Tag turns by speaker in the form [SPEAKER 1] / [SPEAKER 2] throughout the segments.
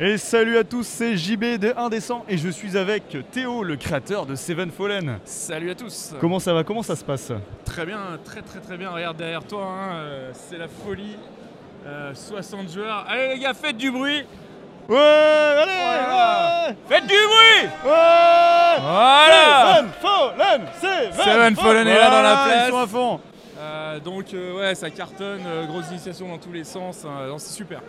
[SPEAKER 1] Et salut à tous, c'est JB de Indécent et je suis avec Théo, le créateur de Seven Fallen.
[SPEAKER 2] Salut à tous
[SPEAKER 1] Comment ça va Comment ça se passe
[SPEAKER 2] Très bien, très très très bien. Regarde derrière toi, hein, euh, c'est la folie. Euh, 60 joueurs. Allez les gars, faites du bruit
[SPEAKER 1] Ouais, allez
[SPEAKER 2] Voilà. Faites du bruit
[SPEAKER 1] Ouais, ouais
[SPEAKER 2] Voilà
[SPEAKER 1] Seven Fallen Seven,
[SPEAKER 2] Seven Fallen est là dans la
[SPEAKER 1] Voilà,
[SPEAKER 2] place.
[SPEAKER 1] Ils sont à fond
[SPEAKER 2] Euh, Donc euh, ouais, ça cartonne, euh, grosse initiation dans tous les sens. hein, non, c'est super.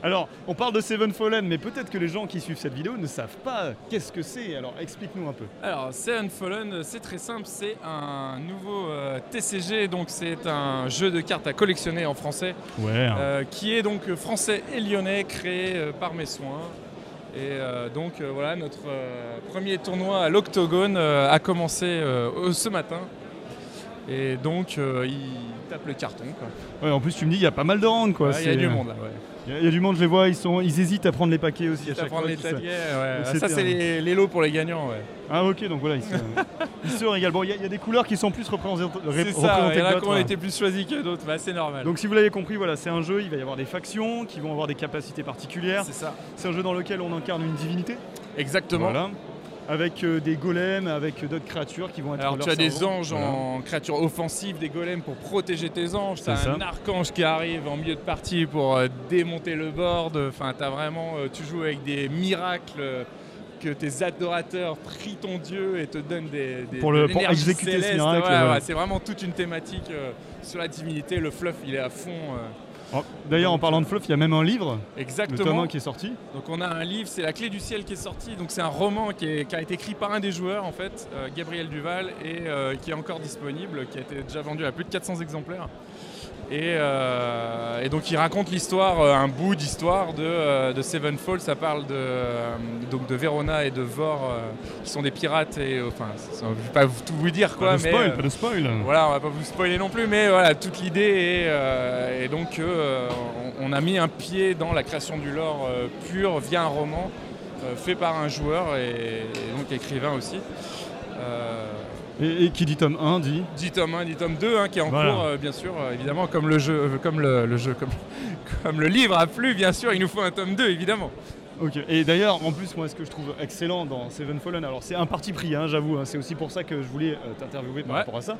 [SPEAKER 1] Alors, on parle de Seven Fallen, mais peut-être que les gens qui suivent cette vidéo ne savent pas qu'est-ce que c'est. Alors, explique-nous un peu.
[SPEAKER 2] Alors, Seven Fallen, euh, c'est très simple, c'est un nouveau euh, TCG, donc c'est un jeu de cartes à collectionner en français,
[SPEAKER 1] Ouais.
[SPEAKER 2] euh, qui est donc euh, français et lyonnais, créé euh, par mes soins. Et euh, donc euh, voilà, notre euh, premier tournoi à l'Octogone euh, a commencé euh, euh, ce matin. Et donc, euh, il tape le carton. quoi.
[SPEAKER 1] Euh, ouais. En plus, tu me dis, il y a pas mal de rounds, quoi.
[SPEAKER 2] Ouais, Il y a
[SPEAKER 1] C'est-
[SPEAKER 2] du monde là. Ouais.
[SPEAKER 1] Il y, a- il y a du monde, je les vois, ils, sont, ils hésitent à prendre les paquets aussi. à
[SPEAKER 2] Ça
[SPEAKER 1] chaque
[SPEAKER 2] prend
[SPEAKER 1] fois
[SPEAKER 2] les
[SPEAKER 1] qu'ils se-
[SPEAKER 2] tabliers, ouais.
[SPEAKER 1] c'est
[SPEAKER 2] Ça, c'est
[SPEAKER 1] terrible.
[SPEAKER 2] les, les lots pour les gagnants. Ouais.
[SPEAKER 1] Ah ok, donc voilà, ils se, ils se régalent. Bon, il y, a- il y a des couleurs qui sont plus représentées
[SPEAKER 2] C'est ça, il y en a qui ont
[SPEAKER 1] ouais.
[SPEAKER 2] été plus choisis que d'autres, bah, c'est normal.
[SPEAKER 1] Donc si vous l'avez compris, voilà, c'est un jeu, il va y avoir des factions qui vont avoir des capacités particulières.
[SPEAKER 2] c'est ça.
[SPEAKER 1] C'est un jeu dans lequel on incarne une divinité.
[SPEAKER 2] Exactement.
[SPEAKER 1] Voilà. Avec euh, des golems, avec d'autres créatures qui vont être...
[SPEAKER 2] Alors
[SPEAKER 1] leur
[SPEAKER 2] tu as des
[SPEAKER 1] servant.
[SPEAKER 2] anges
[SPEAKER 1] Voilà.
[SPEAKER 2] en créature offensive, des golems pour protéger tes anges, t'as
[SPEAKER 1] C'est
[SPEAKER 2] un
[SPEAKER 1] ça.
[SPEAKER 2] archange qui arrive en milieu de partie pour euh, démonter le board, enfin t'as vraiment, euh, tu joues avec des miracles euh, que tes adorateurs prient ton dieu et te donnent des, des-
[SPEAKER 1] Pour
[SPEAKER 2] de
[SPEAKER 1] le- pour
[SPEAKER 2] l'énergie
[SPEAKER 1] exécuter ce
[SPEAKER 2] céleste.
[SPEAKER 1] miracle,
[SPEAKER 2] Voilà,
[SPEAKER 1] ouais.
[SPEAKER 2] ouais, c'est vraiment toute une thématique euh, sur la divinité, le fluff il est à fond. euh,
[SPEAKER 1] Oh, D'ailleurs, en parlant de fluff, il y a même un livre, le tome
[SPEAKER 2] exactement.
[SPEAKER 1] 1 qui est sorti.
[SPEAKER 2] Donc on a un livre, c'est La Clé du Ciel qui est sorti, donc c'est un roman qui, est- qui a été écrit par un des joueurs en fait, euh, Gabriel Duval, et euh, qui est encore disponible, qui a été déjà vendu à plus de 400 exemplaires. Et, euh, et donc il raconte l'histoire, euh, un bout d'histoire de, euh, de Seven Falls, ça parle de, euh, donc de Verona et de Vor, euh, qui sont des pirates, et euh, enfin, ça- je vais pas vous- tout vous dire quoi,
[SPEAKER 1] pas de
[SPEAKER 2] mais...
[SPEAKER 1] spoil,
[SPEAKER 2] euh,
[SPEAKER 1] pas de spoil.
[SPEAKER 2] voilà, on va pas vous spoiler non plus, mais voilà, toute l'idée est, euh, est donc euh, on, on a mis un pied dans la création du lore euh, pur via un roman euh, fait par un joueur et, et donc écrivain aussi. Euh,
[SPEAKER 1] Et, et qui dit tome 1 dit...
[SPEAKER 2] 10 tomes 1, 10 tomes 2 hein, qui est en
[SPEAKER 1] Voilà.
[SPEAKER 2] cours, euh, bien sûr, euh, évidemment, comme le jeu, euh, comme le, le jeu, comme, comme le livre a plu, bien sûr, il nous faut un tome 2, évidemment.
[SPEAKER 1] Ok. Et d'ailleurs, en plus, moi, ce que je trouve excellent dans Seven Fallen, alors c'est un parti pris, hein, j'avoue, hein, c'est aussi pour ça que je voulais euh, t'interviewer par
[SPEAKER 2] Ouais.
[SPEAKER 1] rapport à ça,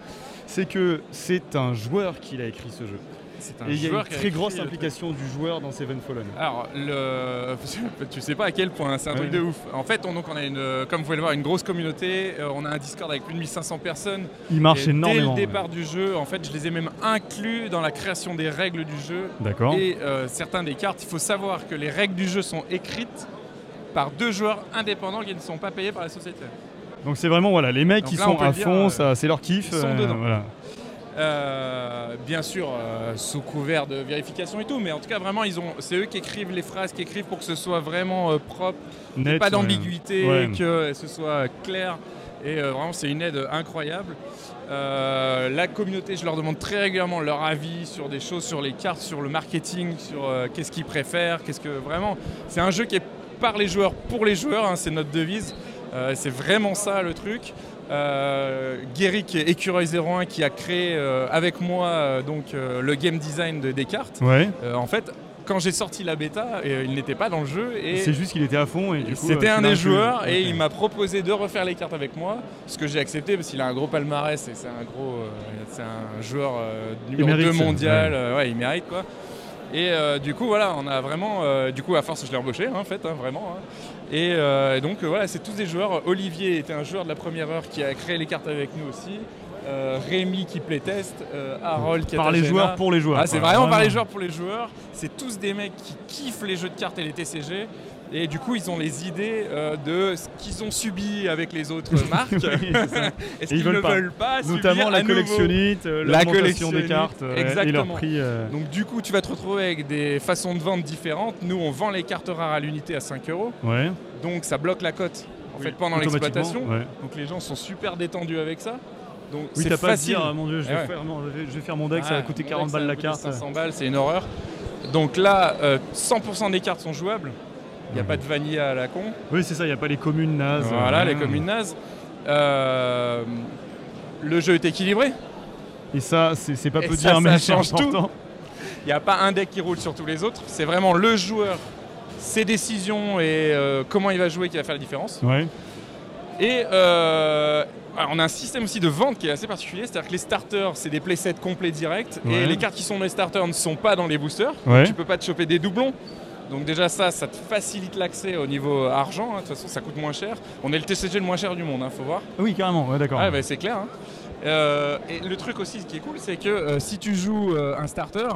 [SPEAKER 1] c'est que c'est un joueur qui l'a écrit ce jeu.
[SPEAKER 2] C'est un
[SPEAKER 1] Et il y a une
[SPEAKER 2] joueur qui a
[SPEAKER 1] très
[SPEAKER 2] écrit
[SPEAKER 1] grosse
[SPEAKER 2] le truc.
[SPEAKER 1] implication du joueur dans Seven Fallen.
[SPEAKER 2] Alors, le... tu sais pas à quel point, c'est un truc
[SPEAKER 1] Ouais.
[SPEAKER 2] de ouf. En fait, on, donc, on a une, comme vous pouvez le voir, une grosse communauté. euh, on a un Discord avec plus de 1500 personnes.
[SPEAKER 1] Il marche
[SPEAKER 2] Et
[SPEAKER 1] énormément.
[SPEAKER 2] Dès
[SPEAKER 1] ouais.
[SPEAKER 2] le départ du jeu, en fait, je les ai même inclus dans la création des règles du jeu
[SPEAKER 1] D'accord.
[SPEAKER 2] et euh, certains des cartes. Il faut savoir que les règles du jeu sont écrites par deux joueurs indépendants qui ne sont pas payés par la société.
[SPEAKER 1] Donc c'est vraiment voilà, les mecs
[SPEAKER 2] Donc
[SPEAKER 1] qui
[SPEAKER 2] là,
[SPEAKER 1] sont
[SPEAKER 2] on peut
[SPEAKER 1] à
[SPEAKER 2] le dire,
[SPEAKER 1] fond,
[SPEAKER 2] euh,
[SPEAKER 1] ça, c'est leur kiff.
[SPEAKER 2] ils sont dedans.
[SPEAKER 1] voilà.
[SPEAKER 2] Euh, bien sûr, euh, sous couvert de vérification et tout, mais en tout cas, vraiment, ils ont, c'est eux qui écrivent les phrases, qui écrivent pour que ce soit vraiment euh, propre. qu'il y ait
[SPEAKER 1] Net,
[SPEAKER 2] pas
[SPEAKER 1] ouais.
[SPEAKER 2] d'ambiguïté,
[SPEAKER 1] Ouais.
[SPEAKER 2] que euh, ce soit clair. Et euh, vraiment, c'est une aide incroyable. Euh, la communauté, je leur demande très régulièrement leur avis sur des choses, sur les cartes, sur le marketing, sur euh, qu'est-ce qu'ils préfèrent, qu'est-ce que vraiment. C'est un jeu qui est par les joueurs, pour les joueurs, hein, c'est notre devise. Euh, c'est vraiment ça le truc. Euh, Guéry, qui est Écureuil 01, qui a créé euh, avec moi euh, donc, euh, le game design de, des cartes.
[SPEAKER 1] Ouais.
[SPEAKER 2] Euh, en fait, quand j'ai sorti la bêta, euh, il n'était pas dans le jeu. Et
[SPEAKER 1] C'est juste qu'il était à fond et du coup.
[SPEAKER 2] c'était
[SPEAKER 1] euh,
[SPEAKER 2] un
[SPEAKER 1] tu l'as
[SPEAKER 2] des
[SPEAKER 1] inclus.
[SPEAKER 2] joueurs et
[SPEAKER 1] Ok.
[SPEAKER 2] il m'a proposé de refaire les cartes avec moi, ce que j'ai accepté parce qu'il a un gros palmarès et c'est un gros, euh, c'est un joueur euh, numéro
[SPEAKER 1] mérite,
[SPEAKER 2] 2
[SPEAKER 1] ça,
[SPEAKER 2] mondial,
[SPEAKER 1] ouais.
[SPEAKER 2] euh, ouais, il mérite quoi. Et euh, du coup voilà, on a vraiment, euh, du coup à force je l'ai embauché hein, en fait, hein, vraiment. hein. Et euh, donc euh, voilà, c'est tous des joueurs. Olivier était un joueur de la première heure qui a créé les cartes avec nous aussi. Euh, Rémi qui playtest, euh, Harold qui
[SPEAKER 1] Par les joueurs pour les joueurs.
[SPEAKER 2] ah, c'est
[SPEAKER 1] quoi.
[SPEAKER 2] vraiment par les joueurs pour les joueurs. C'est tous des mecs qui kiffent les jeux de cartes et les TCG. Et du coup, ils ont les idées euh, de ce qu'ils ont subi avec les autres marques.
[SPEAKER 1] Oui, c'est ça.
[SPEAKER 2] Est-ce
[SPEAKER 1] Et ils
[SPEAKER 2] qu'ils
[SPEAKER 1] veulent
[SPEAKER 2] ne
[SPEAKER 1] pas.
[SPEAKER 2] veulent pas subir
[SPEAKER 1] Notamment
[SPEAKER 2] à
[SPEAKER 1] la
[SPEAKER 2] nouveau
[SPEAKER 1] collectionnite, euh,
[SPEAKER 2] La
[SPEAKER 1] l'augmentation des
[SPEAKER 2] collectionnite,
[SPEAKER 1] cartes euh, et leur
[SPEAKER 2] exactement.
[SPEAKER 1] prix. euh,
[SPEAKER 2] Donc du coup, tu vas te retrouver avec des façons de vente différentes. Nous, on vend les cartes rares à l'unité à 5 euros.
[SPEAKER 1] Ouais.
[SPEAKER 2] Donc ça bloque la cote en fait,
[SPEAKER 1] Oui,
[SPEAKER 2] pendant
[SPEAKER 1] automatiquement,
[SPEAKER 2] l'exploitation.
[SPEAKER 1] ouais.
[SPEAKER 2] Donc les gens sont super détendus avec ça. Donc
[SPEAKER 1] Oui,
[SPEAKER 2] c'est
[SPEAKER 1] t'as pas à se
[SPEAKER 2] facile.
[SPEAKER 1] dire, ah, mon dieu, je vais,
[SPEAKER 2] Eh ouais.
[SPEAKER 1] faire, non, je vais- je vais faire mon deck, ça va
[SPEAKER 2] Ah,
[SPEAKER 1] coûter
[SPEAKER 2] mon
[SPEAKER 1] 40
[SPEAKER 2] deck,
[SPEAKER 1] balles
[SPEAKER 2] ça va
[SPEAKER 1] la
[SPEAKER 2] coûter
[SPEAKER 1] carte.
[SPEAKER 2] 500 balles, c'est une horreur. Donc là, euh, 100% des cartes sont jouables. Il n'y a
[SPEAKER 1] Ouais.
[SPEAKER 2] pas de vanilla à la con.
[SPEAKER 1] Oui, c'est ça, il n'y a pas les communes nazes.
[SPEAKER 2] voilà,
[SPEAKER 1] euh,
[SPEAKER 2] les communes nazes. Euh, le jeu est équilibré.
[SPEAKER 1] Et ça, c'est c'est pas
[SPEAKER 2] Et
[SPEAKER 1] peu
[SPEAKER 2] ça,
[SPEAKER 1] dire,
[SPEAKER 2] ça
[SPEAKER 1] mais c'est
[SPEAKER 2] change tout.
[SPEAKER 1] important.
[SPEAKER 2] Il n'y a pas un deck qui roule sur tous les autres. C'est vraiment le joueur ses décisions et euh, comment il va jouer qui va faire la différence.
[SPEAKER 1] Ouais.
[SPEAKER 2] Et euh, alors, on a un système aussi de vente qui est assez particulier, c'est-à-dire que les starters, c'est des playsets complets directs,
[SPEAKER 1] Ouais.
[SPEAKER 2] et les cartes qui sont dans les starters ne sont pas dans les boosters.
[SPEAKER 1] Ouais.
[SPEAKER 2] Tu peux pas te choper des doublons. Donc déjà ça, ça te facilite l'accès au niveau argent, hein. de toute façon ça coûte moins cher. On est le TCG le moins cher du monde, hein, faut voir.
[SPEAKER 1] Ah Oui, carrément, ouais, d'accord.
[SPEAKER 2] Ouais, bah, c'est clair. hein. Euh, et le truc aussi qui est cool, c'est que euh, si tu joues euh, un starter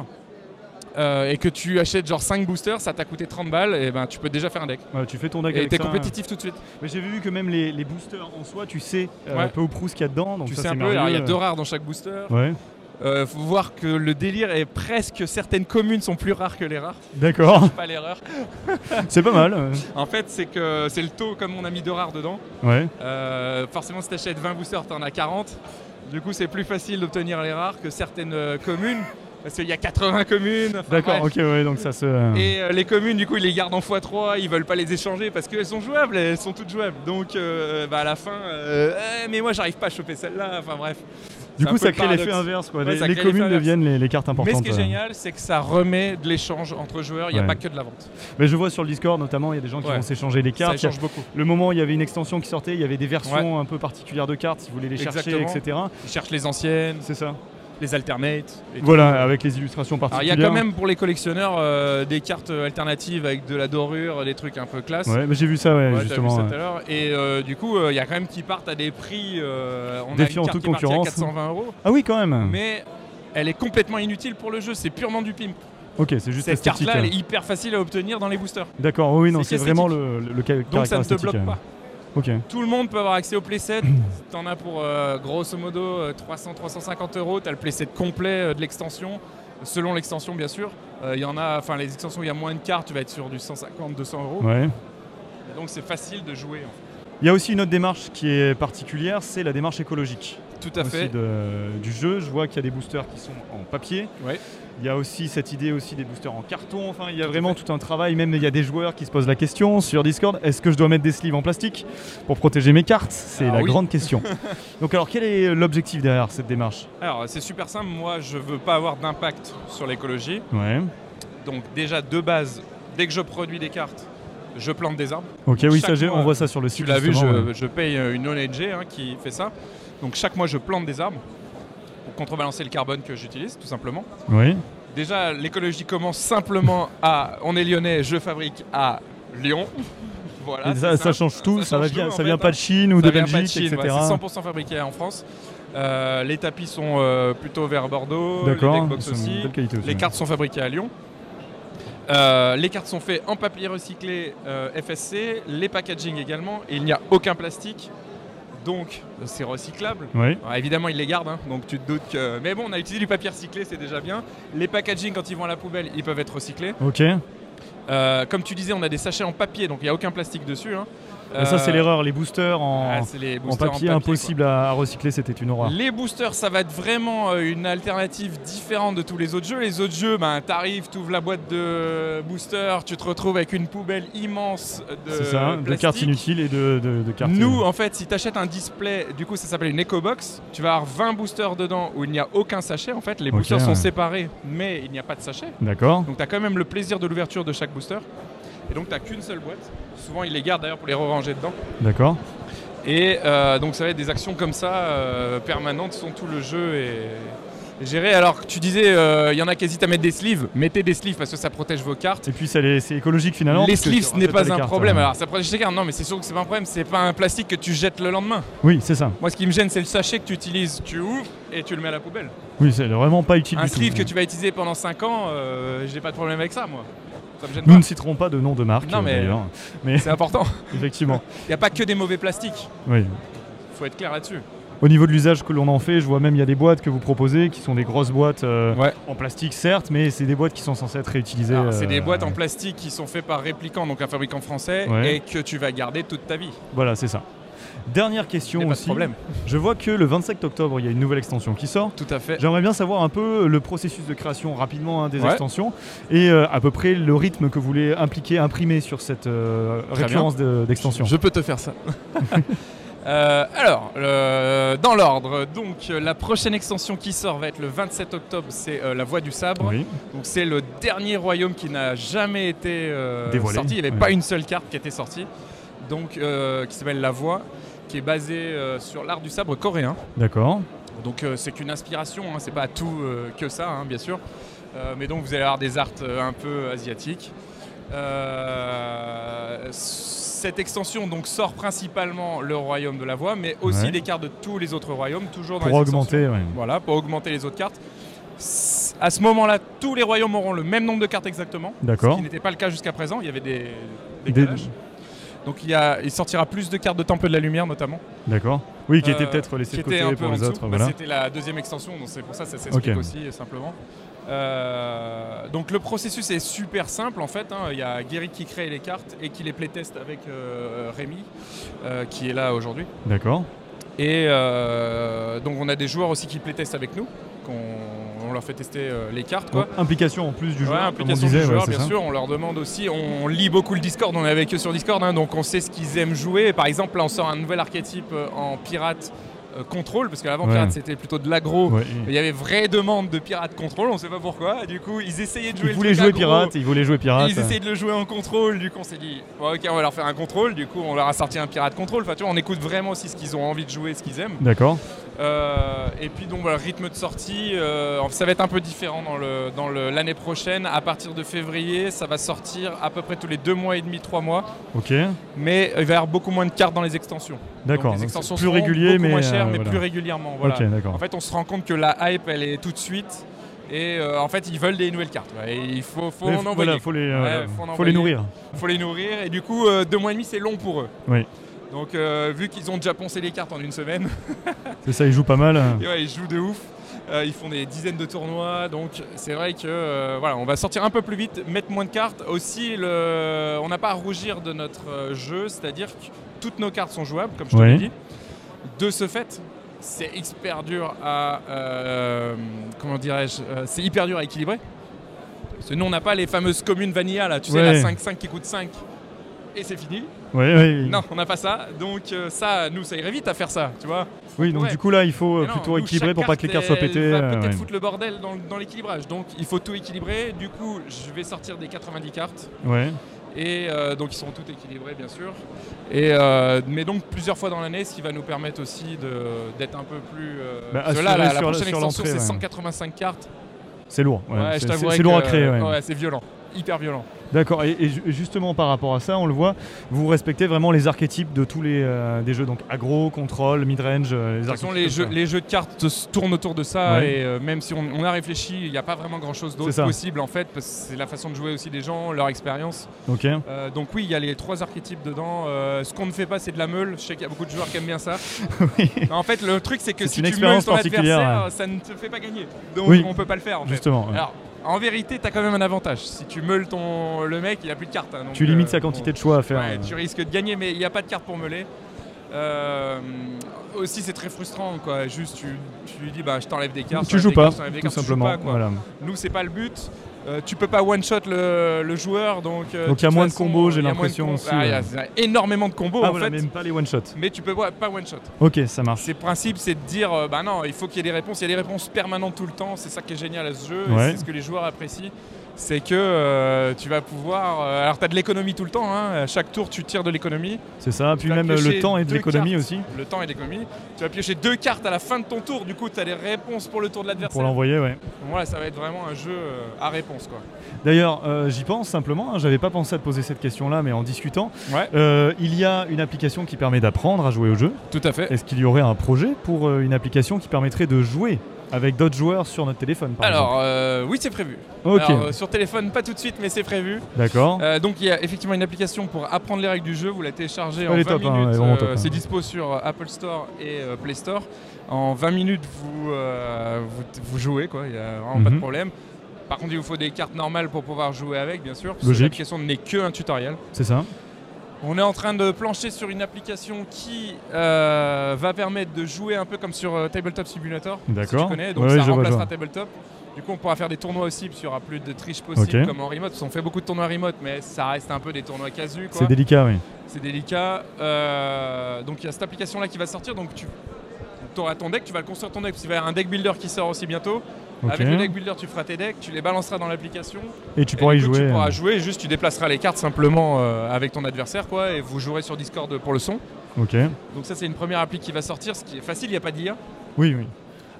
[SPEAKER 2] euh, et que tu achètes genre 5 boosters, ça t'a coûté 30 balles, et ben tu peux déjà faire un deck.
[SPEAKER 1] Ouais, tu fais ton deck
[SPEAKER 2] Et
[SPEAKER 1] avec
[SPEAKER 2] t'es
[SPEAKER 1] ça. hein.
[SPEAKER 2] compétitif tout de suite.
[SPEAKER 1] Mais j'ai vu que même les, les boosters en soi, tu sais euh,
[SPEAKER 2] Ouais.
[SPEAKER 1] peu ou prou ce qu'il y a dedans. Donc
[SPEAKER 2] tu
[SPEAKER 1] ça,
[SPEAKER 2] sais un
[SPEAKER 1] c'est
[SPEAKER 2] peu, alors, il y a
[SPEAKER 1] merveilleux.
[SPEAKER 2] deux rares dans chaque booster.
[SPEAKER 1] Ouais,
[SPEAKER 2] Euh, faut voir que le délire est presque certaines communes sont plus rares que les rares.
[SPEAKER 1] d'accord,
[SPEAKER 2] Pas l'erreur.
[SPEAKER 1] c'est pas mal. euh.
[SPEAKER 2] En fait, c'est que c'est le taux comme on a mis deux rares dedans.
[SPEAKER 1] Ouais,
[SPEAKER 2] Euh, forcément, si t'achètes 20 boosters, t'en as 40. Du coup, c'est plus facile d'obtenir les rares que certaines euh, communes. Parce qu'il y a 80 communes. Enfin,
[SPEAKER 1] d'accord,
[SPEAKER 2] bref.
[SPEAKER 1] ok, ouais, donc ça se.
[SPEAKER 2] Et euh, les communes, du coup, ils les gardent en x3, ils veulent pas les échanger parce qu'elles sont jouables, elles sont toutes jouables. Donc, euh, bah, à la fin, euh, Eh, mais moi, j'arrive pas à choper celle-là. Enfin, bref.
[SPEAKER 1] du
[SPEAKER 2] c'est
[SPEAKER 1] coup,
[SPEAKER 2] un peu
[SPEAKER 1] ça
[SPEAKER 2] le
[SPEAKER 1] crée l'effet
[SPEAKER 2] paradoxe.
[SPEAKER 1] inverse, quoi.
[SPEAKER 2] Ouais,
[SPEAKER 1] les
[SPEAKER 2] ça
[SPEAKER 1] les
[SPEAKER 2] crée l'effet
[SPEAKER 1] communes
[SPEAKER 2] inverse.
[SPEAKER 1] devinées les, les cartes importantes.
[SPEAKER 2] Mais ce qui est
[SPEAKER 1] euh.
[SPEAKER 2] génial, c'est que ça remet de l'échange entre joueurs, il n'y a
[SPEAKER 1] Ouais.
[SPEAKER 2] pas que de la vente.
[SPEAKER 1] Mais je vois sur le Discord notamment, il y a des gens qui
[SPEAKER 2] Ouais.
[SPEAKER 1] vont s'échanger les
[SPEAKER 2] Ça
[SPEAKER 1] cartes. Il y a-
[SPEAKER 2] échange beaucoup.
[SPEAKER 1] Le moment où il y avait une extension qui sortait, il y avait des versions un peu particulières de cartes, si vous voulez les chercher,
[SPEAKER 2] Exactement.
[SPEAKER 1] etc.
[SPEAKER 2] Ils cherchent les anciennes,
[SPEAKER 1] C'est ça.
[SPEAKER 2] les alternates. et tout.
[SPEAKER 1] Voilà, avec les illustrations
[SPEAKER 2] Alors, il y
[SPEAKER 1] particulières.
[SPEAKER 2] a quand même pour les collectionneurs euh, des cartes alternatives avec de la dorure, des trucs un peu classe.
[SPEAKER 1] Ouais, mais j'ai vu ça, ouais,
[SPEAKER 2] Ouais, t'as vu
[SPEAKER 1] justement.
[SPEAKER 2] ça
[SPEAKER 1] ouais.
[SPEAKER 2] tout à l'heure. Et euh, du coup, euh, il y a quand même qui partent à des prix. euh, on
[SPEAKER 1] Défiant
[SPEAKER 2] a une carte
[SPEAKER 1] toute
[SPEAKER 2] qui est partie
[SPEAKER 1] concurrence.
[SPEAKER 2] à 420 euros,
[SPEAKER 1] Ah oui, quand même.
[SPEAKER 2] mais elle est complètement inutile pour le jeu. C'est purement du pimp.
[SPEAKER 1] Ok, c'est juste
[SPEAKER 2] Cette
[SPEAKER 1] esthétique. hein.
[SPEAKER 2] carte-là, elle est hyper facile à obtenir dans les boosters.
[SPEAKER 1] D'accord, oui, non,
[SPEAKER 2] c'est
[SPEAKER 1] c'est vraiment le, le, le ca-
[SPEAKER 2] Donc
[SPEAKER 1] caractère
[SPEAKER 2] ça ne te
[SPEAKER 1] esthétique,
[SPEAKER 2] bloque
[SPEAKER 1] euh.
[SPEAKER 2] pas.
[SPEAKER 1] Ok.
[SPEAKER 2] Tout le monde peut avoir accès au playset. T'en as pour euh, grosso modo 300-350 euros. T'as le playset complet euh, de l'extension, selon l'extension bien sûr. Euh, Il y en a, enfin les extensions où il y a moins de cartes, tu vas être sur du 150-200 euros.
[SPEAKER 1] Ouais.
[SPEAKER 2] Donc c'est facile de jouer. en fait.
[SPEAKER 1] Il y a aussi une autre démarche qui est particulière, c'est la démarche écologique
[SPEAKER 2] Tout à
[SPEAKER 1] aussi
[SPEAKER 2] fait.
[SPEAKER 1] de- du jeu. Je vois qu'il y a des boosters qui sont en papier.
[SPEAKER 2] Ouais.
[SPEAKER 1] Il y a aussi cette idée aussi des boosters en carton. Enfin, il y a vraiment tout un travail. Même il y a des joueurs qui se posent la question sur Discord est-ce que je dois mettre des sleeves en plastique pour protéger mes cartes C'est
[SPEAKER 2] Ah
[SPEAKER 1] la
[SPEAKER 2] oui.
[SPEAKER 1] grande question. Donc, alors, quel est l'objectif derrière cette démarche
[SPEAKER 2] Alors c'est super simple. Moi je veux pas avoir d'impact sur l'écologie.
[SPEAKER 1] Ouais.
[SPEAKER 2] Donc déjà de base, dès que je produis des cartes, je plante des arbres.
[SPEAKER 1] Ok, oui, ça,
[SPEAKER 2] Chaque
[SPEAKER 1] j'ai-
[SPEAKER 2] mois, euh,
[SPEAKER 1] on voit ça sur le
[SPEAKER 2] Tu
[SPEAKER 1] site.
[SPEAKER 2] l'as vu,
[SPEAKER 1] justement, ouais.
[SPEAKER 2] je, je paye euh, une ONG hein, qui fait ça. Donc chaque mois, je plante des arbres pour contrebalancer le carbone que j'utilise, tout simplement.
[SPEAKER 1] Oui.
[SPEAKER 2] Déjà, l'écologie commence simplement à on est lyonnais, je fabrique à Lyon. Voilà,
[SPEAKER 1] Et
[SPEAKER 2] c'est
[SPEAKER 1] ça, ça
[SPEAKER 2] simple.
[SPEAKER 1] change tout. Ça,
[SPEAKER 2] change
[SPEAKER 1] va
[SPEAKER 2] tout,
[SPEAKER 1] bien.
[SPEAKER 2] en
[SPEAKER 1] ça
[SPEAKER 2] fait,
[SPEAKER 1] vient pas
[SPEAKER 2] hein.
[SPEAKER 1] de Chine ou
[SPEAKER 2] Ça
[SPEAKER 1] de
[SPEAKER 2] vient pas
[SPEAKER 1] Belgique,
[SPEAKER 2] Chine, ouais,
[SPEAKER 1] etc.
[SPEAKER 2] c'est 100% fabriqué en France. Euh, les tapis sont euh, plutôt vers Bordeaux, les
[SPEAKER 1] D'accord.
[SPEAKER 2] deckbox
[SPEAKER 1] ils sont de
[SPEAKER 2] aussi. Euh,
[SPEAKER 1] belle qualité aussi,
[SPEAKER 2] Les
[SPEAKER 1] ouais.
[SPEAKER 2] cartes sont fabriquées à Lyon. Euh, les cartes sont faites en papier recyclé euh, FSC, les packaging également, et il n'y a aucun plastique, donc euh, c'est recyclable.
[SPEAKER 1] Oui.
[SPEAKER 2] Alors, évidemment, ils les gardent, hein, donc tu te doutes que. Mais bon, on a utilisé du papier recyclé, c'est déjà bien. Les packaging, quand ils vont à la poubelle, ils peuvent être recyclés.
[SPEAKER 1] Ok. Et
[SPEAKER 2] Euh, comme tu disais, on a des sachets en papier, donc il n'y a aucun plastique dessus. hein.
[SPEAKER 1] Ça, c'est
[SPEAKER 2] Euh,
[SPEAKER 1] l'erreur. Les boosters en.
[SPEAKER 2] ah, c'est les
[SPEAKER 1] En
[SPEAKER 2] boosters
[SPEAKER 1] papier, impossible à, à recycler, c'était une horreur.
[SPEAKER 2] Les boosters, ça va être vraiment euh, une alternative différente de tous les autres jeux. Les autres jeux, ben, t'arrives, t'ouvres la boîte de boosters, tu te retrouves avec une poubelle immense de,
[SPEAKER 1] C'est ça, de
[SPEAKER 2] plastique.
[SPEAKER 1] cartes inutiles et de, de, de cartes.
[SPEAKER 2] Nous, en fait, si t'achètes un display, du coup, ça s'appelle une Eco Box. Tu vas avoir 20 boosters dedans où il n'y a aucun sachet. En fait, les
[SPEAKER 1] Ok,
[SPEAKER 2] boosters
[SPEAKER 1] ouais.
[SPEAKER 2] sont séparés, mais il n'y a pas de sachet.
[SPEAKER 1] D'accord.
[SPEAKER 2] Donc, t'as quand même le plaisir de l'ouverture de chaque booster. Et donc, t'as qu'une seule boîte. Souvent, ils les gardent d'ailleurs pour les ranger dedans.
[SPEAKER 1] D'accord.
[SPEAKER 2] Et euh, donc ça va être des actions comme ça, euh, permanentes, sont tout le jeu et géré. Alors que tu disais, euh, il y en a qui hésitent à mettre des sleeves, mettez des sleeves parce que ça protège vos cartes.
[SPEAKER 1] Et puis ça les- c'est écologique finalement.
[SPEAKER 2] les
[SPEAKER 1] parce que
[SPEAKER 2] sleeves,
[SPEAKER 1] tu
[SPEAKER 2] ce n'est
[SPEAKER 1] rajoutes
[SPEAKER 2] pas un
[SPEAKER 1] les cartes,
[SPEAKER 2] problème.
[SPEAKER 1] euh.
[SPEAKER 2] Alors ça protège tes cartes, non mais c'est sûr que c'est pas un problème, c'est pas un plastique que tu jettes le lendemain.
[SPEAKER 1] Oui, c'est ça.
[SPEAKER 2] Moi ce qui me gêne c'est le sachet que tu utilises, tu ouvres et tu le mets à la poubelle.
[SPEAKER 1] Oui, c'est vraiment pas utile
[SPEAKER 2] Un
[SPEAKER 1] du tout.
[SPEAKER 2] sleeve que tu vas utiliser pendant 5 ans, euh, j'ai pas de problème avec ça moi. Ça me gêne
[SPEAKER 1] Nous
[SPEAKER 2] pas.
[SPEAKER 1] ne citerons pas de nom de marque
[SPEAKER 2] Non,
[SPEAKER 1] euh,
[SPEAKER 2] mais-
[SPEAKER 1] d'ailleurs.
[SPEAKER 2] C'est important.
[SPEAKER 1] Effectivement.
[SPEAKER 2] Il n'y a pas que des mauvais plastiques,
[SPEAKER 1] oui.
[SPEAKER 2] faut être clair là-dessus.
[SPEAKER 1] Au niveau de l'usage que l'on en fait, je vois même il y a des boîtes que vous proposez qui sont des grosses boîtes euh,
[SPEAKER 2] Ouais.
[SPEAKER 1] en plastique certes, mais c'est des boîtes qui sont censées être réutilisées.
[SPEAKER 2] Alors, Ah, C'est
[SPEAKER 1] euh,
[SPEAKER 2] des boîtes en plastique qui sont faites par Répliquant, donc un fabricant français,
[SPEAKER 1] Ouais.
[SPEAKER 2] et que tu vas garder toute ta vie.
[SPEAKER 1] Voilà, c'est ça. Dernière question
[SPEAKER 2] Il n'y a pas
[SPEAKER 1] aussi.
[SPEAKER 2] de problème.
[SPEAKER 1] Je vois que le 27 octobre, il y a une nouvelle extension qui sort.
[SPEAKER 2] Tout à fait.
[SPEAKER 1] J'aimerais bien savoir un peu le processus de création rapidement hein, des
[SPEAKER 2] Ouais.
[SPEAKER 1] extensions et euh, à peu près le rythme que vous voulez impliquer, imprimer sur cette euh,
[SPEAKER 2] Très
[SPEAKER 1] récurrence de- d'extension.
[SPEAKER 2] Je peux te faire ça. Euh, alors, euh, dans l'ordre, donc euh, la prochaine extension qui sort va être le 27 octobre, c'est euh, La Voix du Sabre.
[SPEAKER 1] Oui.
[SPEAKER 2] Donc c'est le dernier royaume qui n'a jamais été euh,
[SPEAKER 1] Dévoilé,
[SPEAKER 2] sorti. Il n'y avait
[SPEAKER 1] ouais.
[SPEAKER 2] pas une seule carte qui était sortie. Donc euh, qui s'appelle La Voix, qui est basée euh, sur l'art du sabre coréen.
[SPEAKER 1] D'accord.
[SPEAKER 2] Donc euh, c'est qu'une inspiration, hein, c'est pas tout euh, que ça, hein, bien sûr. Euh, mais donc vous allez avoir des arts euh, un peu asiatiques. Euh, cette extension donc sort principalement le royaume de la voix, mais aussi
[SPEAKER 1] Ouais.
[SPEAKER 2] des cartes de tous les autres royaumes, toujours dans
[SPEAKER 1] Pour
[SPEAKER 2] les extensions.
[SPEAKER 1] augmenter, ouais.
[SPEAKER 2] Voilà, pour augmenter les autres cartes. S- À ce moment-là, tous les royaumes auront le même nombre de cartes exactement, ce
[SPEAKER 1] D'accord.
[SPEAKER 2] qui n'était pas le cas jusqu'à présent. Il y avait des
[SPEAKER 1] Des-
[SPEAKER 2] décalages. Donc il, y a, il sortira plus de cartes de Temple de la Lumière notamment
[SPEAKER 1] D'accord. Oui, qui était
[SPEAKER 2] euh,
[SPEAKER 1] peut-être laissé
[SPEAKER 2] qui
[SPEAKER 1] de côté
[SPEAKER 2] était un peu
[SPEAKER 1] pour
[SPEAKER 2] en
[SPEAKER 1] les
[SPEAKER 2] dessous.
[SPEAKER 1] autres.
[SPEAKER 2] Bah,
[SPEAKER 1] voilà.
[SPEAKER 2] C'était la deuxième extension, donc c'est pour ça que ça s'explique
[SPEAKER 1] Ok.
[SPEAKER 2] aussi euh, simplement. Euh, donc le processus est super simple en fait. hein. Il y a Guéry qui crée les cartes et qui les playtest avec euh, Rémi, euh, qui est là aujourd'hui.
[SPEAKER 1] D'accord.
[SPEAKER 2] Et euh, donc on a des joueurs aussi qui playtestent avec nous, qu'on on leur fait tester euh, les cartes quoi.
[SPEAKER 1] Donc, implication en plus du
[SPEAKER 2] Ouais,
[SPEAKER 1] joueur, comme on
[SPEAKER 2] implication
[SPEAKER 1] disait,
[SPEAKER 2] du
[SPEAKER 1] ouais,
[SPEAKER 2] joueur,
[SPEAKER 1] c'est
[SPEAKER 2] bien
[SPEAKER 1] ça.
[SPEAKER 2] sûr. On leur demande aussi, on lit beaucoup le Discord, on est avec eux sur Discord, hein, donc on sait ce qu'ils aiment jouer. Par exemple, là, on sort un nouvel archétype euh, en pirate euh, contrôle, parce qu'avant,
[SPEAKER 1] Ouais.
[SPEAKER 2] pirate, c'était plutôt de l'aggro.
[SPEAKER 1] Ouais.
[SPEAKER 2] Il y avait vraie demande de pirate contrôle, on sait pas pourquoi. Du coup, ils essayaient de jouer
[SPEAKER 1] Il
[SPEAKER 2] le
[SPEAKER 1] voulait
[SPEAKER 2] truc
[SPEAKER 1] jouer
[SPEAKER 2] aggro,
[SPEAKER 1] pirate, il voulait jouer pirate.
[SPEAKER 2] Ils essayaient de le jouer en contrôle, du coup on s'est dit bon, ok on va leur faire un contrôle, du coup on leur a sorti un pirate contrôle, enfin tu vois on écoute vraiment aussi ce qu'ils ont envie de jouer, ce qu'ils aiment.
[SPEAKER 1] D'accord.
[SPEAKER 2] Euh, et puis donc voilà, rythme de sortie, euh, ça va être un peu différent dans le dans le- l'année prochaine. À partir de février, ça va sortir à peu près tous les deux mois et demi, trois mois.
[SPEAKER 1] Ok.
[SPEAKER 2] Mais il va y avoir beaucoup moins de cartes dans les extensions.
[SPEAKER 1] D'accord.
[SPEAKER 2] Donc,
[SPEAKER 1] donc
[SPEAKER 2] les
[SPEAKER 1] c'est
[SPEAKER 2] extensions
[SPEAKER 1] plus
[SPEAKER 2] seront
[SPEAKER 1] régulier,
[SPEAKER 2] beaucoup
[SPEAKER 1] mais
[SPEAKER 2] moins chères,
[SPEAKER 1] euh,
[SPEAKER 2] mais
[SPEAKER 1] voilà.
[SPEAKER 2] plus régulièrement. Voilà.
[SPEAKER 1] Ok, d'accord.
[SPEAKER 2] En fait, on se rend compte que la hype, elle est tout de suite. Et euh, en fait, ils veulent des nouvelles cartes. ouais. Et il faut, faut
[SPEAKER 1] Mais
[SPEAKER 2] en
[SPEAKER 1] f-
[SPEAKER 2] envoyer.
[SPEAKER 1] voilà, faut les, euh,
[SPEAKER 2] Ouais, faut en
[SPEAKER 1] faut les
[SPEAKER 2] envoyer.
[SPEAKER 1] nourrir.
[SPEAKER 2] faut les nourrir. Et du coup, euh, deux mois et demi, c'est long pour eux.
[SPEAKER 1] Oui.
[SPEAKER 2] Donc, euh, vu qu'ils ont déjà poncé les cartes en une semaine,
[SPEAKER 1] C'est ça, ils jouent pas mal. euh.
[SPEAKER 2] Et ouais, ils jouent de ouf. Euh, ils font des dizaines de tournois, donc c'est vrai que euh, voilà, on va sortir un peu plus vite, mettre moins de cartes. Aussi, le... on n'a pas à rougir de notre euh, jeu, c'est-à-dire que toutes nos cartes sont jouables, comme je te
[SPEAKER 1] Ouais.
[SPEAKER 2] l'ai dit. De ce fait, c'est hyper dur à euh, comment dirais-je, euh, c'est hyper dur à équilibrer. Parce que nous, on n'a pas les fameuses communes vanilla là, tu
[SPEAKER 1] Ouais.
[SPEAKER 2] sais la 5-5 qui coûte 5 et c'est fini.
[SPEAKER 1] Ouais, ouais.
[SPEAKER 2] Non, on n'a pas ça, donc euh, ça, nous, ça irait vite à faire ça, tu vois.
[SPEAKER 1] Oui, donc
[SPEAKER 2] Ouais.
[SPEAKER 1] du coup là, il faut euh,
[SPEAKER 2] Mais non,
[SPEAKER 1] plutôt
[SPEAKER 2] nous,
[SPEAKER 1] équilibrer
[SPEAKER 2] chaque
[SPEAKER 1] pour pas que les cartes
[SPEAKER 2] carte,
[SPEAKER 1] soient
[SPEAKER 2] elle
[SPEAKER 1] pétées.
[SPEAKER 2] va
[SPEAKER 1] euh,
[SPEAKER 2] peut-être
[SPEAKER 1] ouais.
[SPEAKER 2] foutre le bordel dans, le- dans l'équilibrage. Donc il faut tout équilibrer. Du coup, je vais sortir des 90 cartes.
[SPEAKER 1] Ouais.
[SPEAKER 2] Et euh, donc ils seront toutes équilibrées, bien sûr. Et, euh, mais donc plusieurs fois dans l'année, ce qui va nous permettre aussi de- d'être un peu plus. euh,
[SPEAKER 1] Bah,
[SPEAKER 2] parce que là, la, la
[SPEAKER 1] assurer sur-
[SPEAKER 2] prochaine
[SPEAKER 1] sur
[SPEAKER 2] extension,
[SPEAKER 1] l'entrée,
[SPEAKER 2] c'est
[SPEAKER 1] ouais.
[SPEAKER 2] 185 cartes.
[SPEAKER 1] C'est lourd. ouais.
[SPEAKER 2] Ouais, je
[SPEAKER 1] C'est- c'est
[SPEAKER 2] t'avouerai
[SPEAKER 1] c'est lourd à
[SPEAKER 2] que,
[SPEAKER 1] créer. ouais.
[SPEAKER 2] ouais, c'est violent. Hyper violent.
[SPEAKER 1] D'accord, et, et ju- justement par rapport à ça, on le voit, vous respectez vraiment les archétypes de tous les euh, des jeux, donc aggro, contrôle, midrange, euh, les
[SPEAKER 2] De toute façon,
[SPEAKER 1] archétypes.
[SPEAKER 2] les
[SPEAKER 1] comme
[SPEAKER 2] jeux,
[SPEAKER 1] ça.
[SPEAKER 2] les jeux de cartes se tournent autour de ça.
[SPEAKER 1] Ouais.
[SPEAKER 2] Et euh, même si on, on a réfléchi, il n'y a pas vraiment grand chose
[SPEAKER 1] C'est ça.
[SPEAKER 2] d'autre possible en fait, parce que c'est la façon de jouer aussi des gens, leur expérience.
[SPEAKER 1] Ok,
[SPEAKER 2] Euh, donc oui, il y a les trois archétypes dedans. Euh, ce qu'on ne fait pas, c'est de la meule. Je sais qu'il y a beaucoup de joueurs qui aiment bien ça.
[SPEAKER 1] Oui.
[SPEAKER 2] Mais en fait, le truc, c'est que
[SPEAKER 1] C'est
[SPEAKER 2] si
[SPEAKER 1] une
[SPEAKER 2] tu meules
[SPEAKER 1] expérience
[SPEAKER 2] ton
[SPEAKER 1] particulière,
[SPEAKER 2] adversaire, ça ne te fait pas gagner. Donc
[SPEAKER 1] Oui.
[SPEAKER 2] on peut pas le faire. En fait.
[SPEAKER 1] justement. ouais.
[SPEAKER 2] Alors, en vérité, tu as quand même un avantage. Si tu meules ton... le mec, il a plus de cartes. hein. Donc,
[SPEAKER 1] tu limites
[SPEAKER 2] euh,
[SPEAKER 1] sa quantité
[SPEAKER 2] bon.
[SPEAKER 1] de choix à faire.
[SPEAKER 2] Ouais,
[SPEAKER 1] euh.
[SPEAKER 2] tu risques de gagner, mais il n'y a pas de carte pour meuler. Euh, aussi, c'est très frustrant. Quoi. Juste, tu, tu lui dis, bah, je t'enlève des cartes.
[SPEAKER 1] Tu
[SPEAKER 2] je
[SPEAKER 1] joues pas,
[SPEAKER 2] t'enlève des cartes, je t'enlève des
[SPEAKER 1] tout
[SPEAKER 2] cartes, tu joues
[SPEAKER 1] simplement.
[SPEAKER 2] pas, quoi.
[SPEAKER 1] voilà.
[SPEAKER 2] Nous, c'est pas le but. Euh, tu peux pas one shot le, le joueur, donc. euh,
[SPEAKER 1] Donc, il y a
[SPEAKER 2] toute
[SPEAKER 1] moins de
[SPEAKER 2] façon,
[SPEAKER 1] combos, j'ai
[SPEAKER 2] il y a moins de
[SPEAKER 1] l'impression
[SPEAKER 2] com-
[SPEAKER 1] aussi,
[SPEAKER 2] Ah, il y
[SPEAKER 1] ouais.
[SPEAKER 2] a il y a énormément de combos
[SPEAKER 1] Ah
[SPEAKER 2] Oh, en
[SPEAKER 1] voilà,
[SPEAKER 2] fait.
[SPEAKER 1] même pas les one shot.
[SPEAKER 2] Mais tu peux pas pas one shot.
[SPEAKER 1] Ok, ça marche.
[SPEAKER 2] C'est le principe, c'est de dire, euh, bah non, il faut qu'il y ait des réponses. Il y a des réponses permanentes tout le temps. C'est ça qui est génial à ce jeu. et
[SPEAKER 1] Ouais.
[SPEAKER 2] C'est ce que les joueurs apprécient. C'est que euh, tu vas pouvoir. euh, alors, tu as de l'économie tout le temps. hein. À chaque tour, tu tires de l'économie.
[SPEAKER 1] C'est ça. Puis
[SPEAKER 2] Tu vas
[SPEAKER 1] même euh, le
[SPEAKER 2] piocher
[SPEAKER 1] temps et de
[SPEAKER 2] deux
[SPEAKER 1] l'économie
[SPEAKER 2] cartes.
[SPEAKER 1] aussi
[SPEAKER 2] Le temps et l'économie. Tu vas piocher deux cartes à la fin de ton tour. Du coup, tu as des réponses pour le tour
[SPEAKER 1] pour
[SPEAKER 2] de l'adversaire.
[SPEAKER 1] l'envoyer, ouais.
[SPEAKER 2] Donc Voilà, ça va être vraiment un jeu euh, à réponse. quoi.
[SPEAKER 1] D'ailleurs, euh, j'y pense simplement, hein, j'avais pas pensé à te poser cette question-là, mais en discutant,
[SPEAKER 2] Ouais,
[SPEAKER 1] euh, il y a une application qui permet d'apprendre à jouer au jeu.
[SPEAKER 2] tout à fait.
[SPEAKER 1] Est-ce qu'il y aurait un projet pour euh, une application qui permettrait de jouer avec d'autres joueurs sur notre téléphone, par
[SPEAKER 2] Alors, euh, oui, c'est prévu.
[SPEAKER 1] exemple Ok,
[SPEAKER 2] Alors, euh, sur téléphone, pas tout de suite, mais c'est prévu.
[SPEAKER 1] d'accord.
[SPEAKER 2] Euh, donc, il y a effectivement une application pour apprendre les règles du jeu. Vous la téléchargez
[SPEAKER 1] Elle
[SPEAKER 2] en
[SPEAKER 1] est
[SPEAKER 2] 20
[SPEAKER 1] top, hein, elle est
[SPEAKER 2] minutes.
[SPEAKER 1] vraiment top, hein.
[SPEAKER 2] c'est dispo sur euh, Apple Store et euh, Play Store. En 20 minutes, vous, euh, vous, vous jouez, quoi. Il n'y a vraiment pas de
[SPEAKER 1] Mhm.
[SPEAKER 2] problème. Par contre, il vous faut des cartes normales pour pouvoir jouer avec, bien sûr. parce que
[SPEAKER 1] Logique.
[SPEAKER 2] L'application n'est que un tutoriel.
[SPEAKER 1] C'est ça
[SPEAKER 2] On est en train de plancher sur une application qui euh, va permettre de jouer un peu comme sur euh, Tabletop Simulator. si tu
[SPEAKER 1] D'accord.
[SPEAKER 2] connais, donc
[SPEAKER 1] Ouais,
[SPEAKER 2] ça
[SPEAKER 1] ouais, je vois, je
[SPEAKER 2] remplacera
[SPEAKER 1] vois.
[SPEAKER 2] Tabletop. Du coup, on pourra faire des tournois aussi, puis il y aura plus de triche possible
[SPEAKER 1] Ok.
[SPEAKER 2] comme en remote. Parce qu'on fait beaucoup de tournois remote, mais ça reste un peu des tournois casu. quoi.
[SPEAKER 1] C'est délicat, oui.
[SPEAKER 2] C'est délicat. Euh, donc il y a cette application là qui va sortir. Donc tu auras ton deck, tu vas le construire ton deck. Parce qu'il va y avoir un deck builder qui sort aussi bientôt.
[SPEAKER 1] Ok.
[SPEAKER 2] Avec le deck builder, tu feras tes decks, tu les balanceras dans l'application.
[SPEAKER 1] Et tu
[SPEAKER 2] Et
[SPEAKER 1] pourras y
[SPEAKER 2] du coup,
[SPEAKER 1] jouer.
[SPEAKER 2] Tu
[SPEAKER 1] euh,
[SPEAKER 2] pourras jouer, juste tu déplaceras les cartes simplement euh, avec ton adversaire quoi, et vous jouerez sur Discord euh, pour le son.
[SPEAKER 1] Ok.
[SPEAKER 2] Donc ça c'est une première appli qui va sortir, ce qui est facile, il n'y a pas d'IA.
[SPEAKER 1] Oui, oui.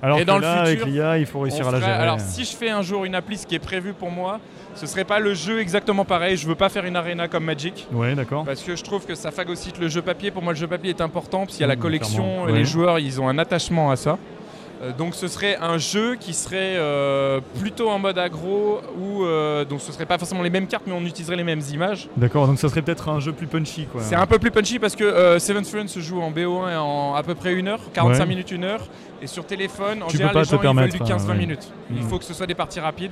[SPEAKER 1] Alors
[SPEAKER 2] Et
[SPEAKER 1] que
[SPEAKER 2] dans le
[SPEAKER 1] là, avec
[SPEAKER 2] futur,
[SPEAKER 1] l'IA, il faut réussir
[SPEAKER 2] On
[SPEAKER 1] à la
[SPEAKER 2] fera-
[SPEAKER 1] gérer.
[SPEAKER 2] Alors si je fais un jour une appli, ce qui est prévu pour moi, ce serait pas le jeu exactement pareil. Je veux pas faire une arena comme Magic.
[SPEAKER 1] Ouais, d'accord.
[SPEAKER 2] Parce que je trouve que ça phagocyte le jeu papier. Pour moi, le jeu papier est important parce qu'il y a la
[SPEAKER 1] Mmh,
[SPEAKER 2] collection
[SPEAKER 1] clairement.
[SPEAKER 2] et
[SPEAKER 1] Ouais.
[SPEAKER 2] les joueurs, ils ont un attachement à ça. Euh, donc, ce serait un jeu qui serait euh, plutôt en mode agro où euh, donc ce serait pas forcément les mêmes cartes, mais on utiliserait les mêmes images.
[SPEAKER 1] D'accord, donc ça serait peut-être un jeu plus punchy, quoi.
[SPEAKER 2] C'est un peu plus punchy parce que euh, Seventh Friend se joue en BO1 et en à peu près une heure, 45
[SPEAKER 1] Ouais.
[SPEAKER 2] minutes, une heure, et sur téléphone, en
[SPEAKER 1] Tu peux
[SPEAKER 2] général,
[SPEAKER 1] pas
[SPEAKER 2] les
[SPEAKER 1] te
[SPEAKER 2] gens ils veulent
[SPEAKER 1] permettre,
[SPEAKER 2] du
[SPEAKER 1] hein,
[SPEAKER 2] 15-20
[SPEAKER 1] ouais.
[SPEAKER 2] minutes. Il
[SPEAKER 1] Mhm.
[SPEAKER 2] faut que ce soit des parties rapides.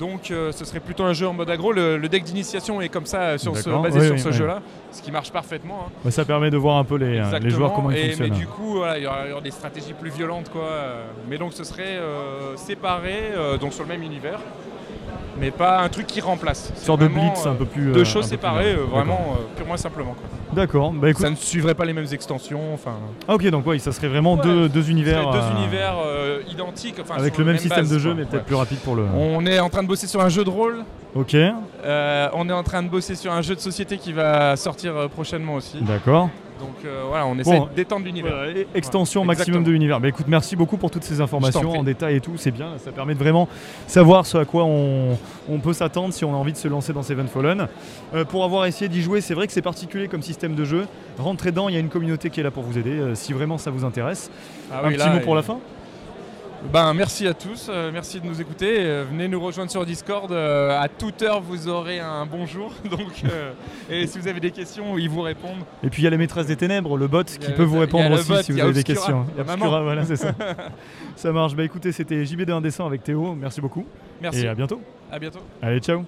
[SPEAKER 2] Donc, euh, ce serait plutôt un jeu en mode agro. Le, le deck d'initiation est comme ça, euh, sur ce,
[SPEAKER 1] D'accord.
[SPEAKER 2] basé
[SPEAKER 1] Oui,
[SPEAKER 2] sur
[SPEAKER 1] oui,
[SPEAKER 2] ce
[SPEAKER 1] oui.
[SPEAKER 2] jeu-là, ce qui marche parfaitement. hein.
[SPEAKER 1] Bah, ça permet de voir un peu les, euh, les
[SPEAKER 2] Exactement.
[SPEAKER 1] joueurs comment ils
[SPEAKER 2] Et-
[SPEAKER 1] fonctionnent. hein.
[SPEAKER 2] Mais du coup, voilà, il y, aura il y aura des stratégies plus violentes. quoi. Euh, Mais donc ce serait euh, séparé, euh, donc sur le même univers, mais pas un truc qui remplace.
[SPEAKER 1] Une
[SPEAKER 2] C'est
[SPEAKER 1] sorte de
[SPEAKER 2] vraiment,
[SPEAKER 1] blitz
[SPEAKER 2] euh,
[SPEAKER 1] un peu plus. euh,
[SPEAKER 2] deux
[SPEAKER 1] un
[SPEAKER 2] choses
[SPEAKER 1] peu plus
[SPEAKER 2] séparées,
[SPEAKER 1] large.
[SPEAKER 2] euh, vraiment euh, purement et simplement. quoi.
[SPEAKER 1] D'accord. D'accord, bah écoute.
[SPEAKER 2] Ça ne suivrait pas les mêmes extensions. Enfin,
[SPEAKER 1] Ah, ok, donc oui, ça serait vraiment
[SPEAKER 2] Ouais,
[SPEAKER 1] deux, deux
[SPEAKER 2] ce serait
[SPEAKER 1] univers.
[SPEAKER 2] deux
[SPEAKER 1] euh,
[SPEAKER 2] univers euh, identiques. enfin,
[SPEAKER 1] Avec
[SPEAKER 2] sur
[SPEAKER 1] le même
[SPEAKER 2] même
[SPEAKER 1] système
[SPEAKER 2] base,
[SPEAKER 1] de jeu,
[SPEAKER 2] quoi.
[SPEAKER 1] mais peut-être
[SPEAKER 2] Ouais.
[SPEAKER 1] plus rapide pour le.
[SPEAKER 2] On est en train de bosser sur un jeu de rôle.
[SPEAKER 1] Ok,
[SPEAKER 2] euh, on est en train de bosser sur un jeu de société qui va sortir euh, prochainement aussi.
[SPEAKER 1] d'accord.
[SPEAKER 2] Donc euh, voilà, on essaie
[SPEAKER 1] Bon.
[SPEAKER 2] de d'étendre l'univers.
[SPEAKER 1] Voilà, et extension
[SPEAKER 2] Ouais,
[SPEAKER 1] maximum de
[SPEAKER 2] exactement.
[SPEAKER 1] l'univers. Bah écoute, merci beaucoup pour toutes ces informations
[SPEAKER 2] prie.
[SPEAKER 1] en détail et tout, c'est bien, ça permet de vraiment savoir ce à quoi on, on peut s'attendre si on a envie de se lancer dans Seven Fallen. Euh, pour avoir essayé d'y jouer, c'est vrai que c'est particulier comme système de jeu. Rentrez dedans, il y a une communauté qui est là pour vous aider euh, si vraiment ça vous intéresse.
[SPEAKER 2] Ah
[SPEAKER 1] Un
[SPEAKER 2] oui,
[SPEAKER 1] petit
[SPEAKER 2] là,
[SPEAKER 1] mot pour
[SPEAKER 2] et-
[SPEAKER 1] la fin
[SPEAKER 2] Ben, merci à tous, euh, merci de nous écouter. euh, venez nous rejoindre sur Discord. euh, à toute heure, vous aurez un bonjour. Donc, euh, et si vous avez des questions, ils vous répondent.
[SPEAKER 1] Et puis il y a les maîtresses des ténèbres, le bot
[SPEAKER 2] Il y
[SPEAKER 1] qui
[SPEAKER 2] a
[SPEAKER 1] peut
[SPEAKER 2] le-
[SPEAKER 1] vous
[SPEAKER 2] il y a
[SPEAKER 1] répondre
[SPEAKER 2] le
[SPEAKER 1] aussi
[SPEAKER 2] bot,
[SPEAKER 1] si
[SPEAKER 2] il
[SPEAKER 1] vous
[SPEAKER 2] y a
[SPEAKER 1] avez des
[SPEAKER 2] Obscura,
[SPEAKER 1] questions.
[SPEAKER 2] il y a maman.
[SPEAKER 1] Obscura, voilà, c'est ça. ça marche. Bah écoutez, c'était JB de 1 dessin avec Théo, merci beaucoup
[SPEAKER 2] Merci.
[SPEAKER 1] et à bientôt.
[SPEAKER 2] à bientôt.
[SPEAKER 1] Allez, ciao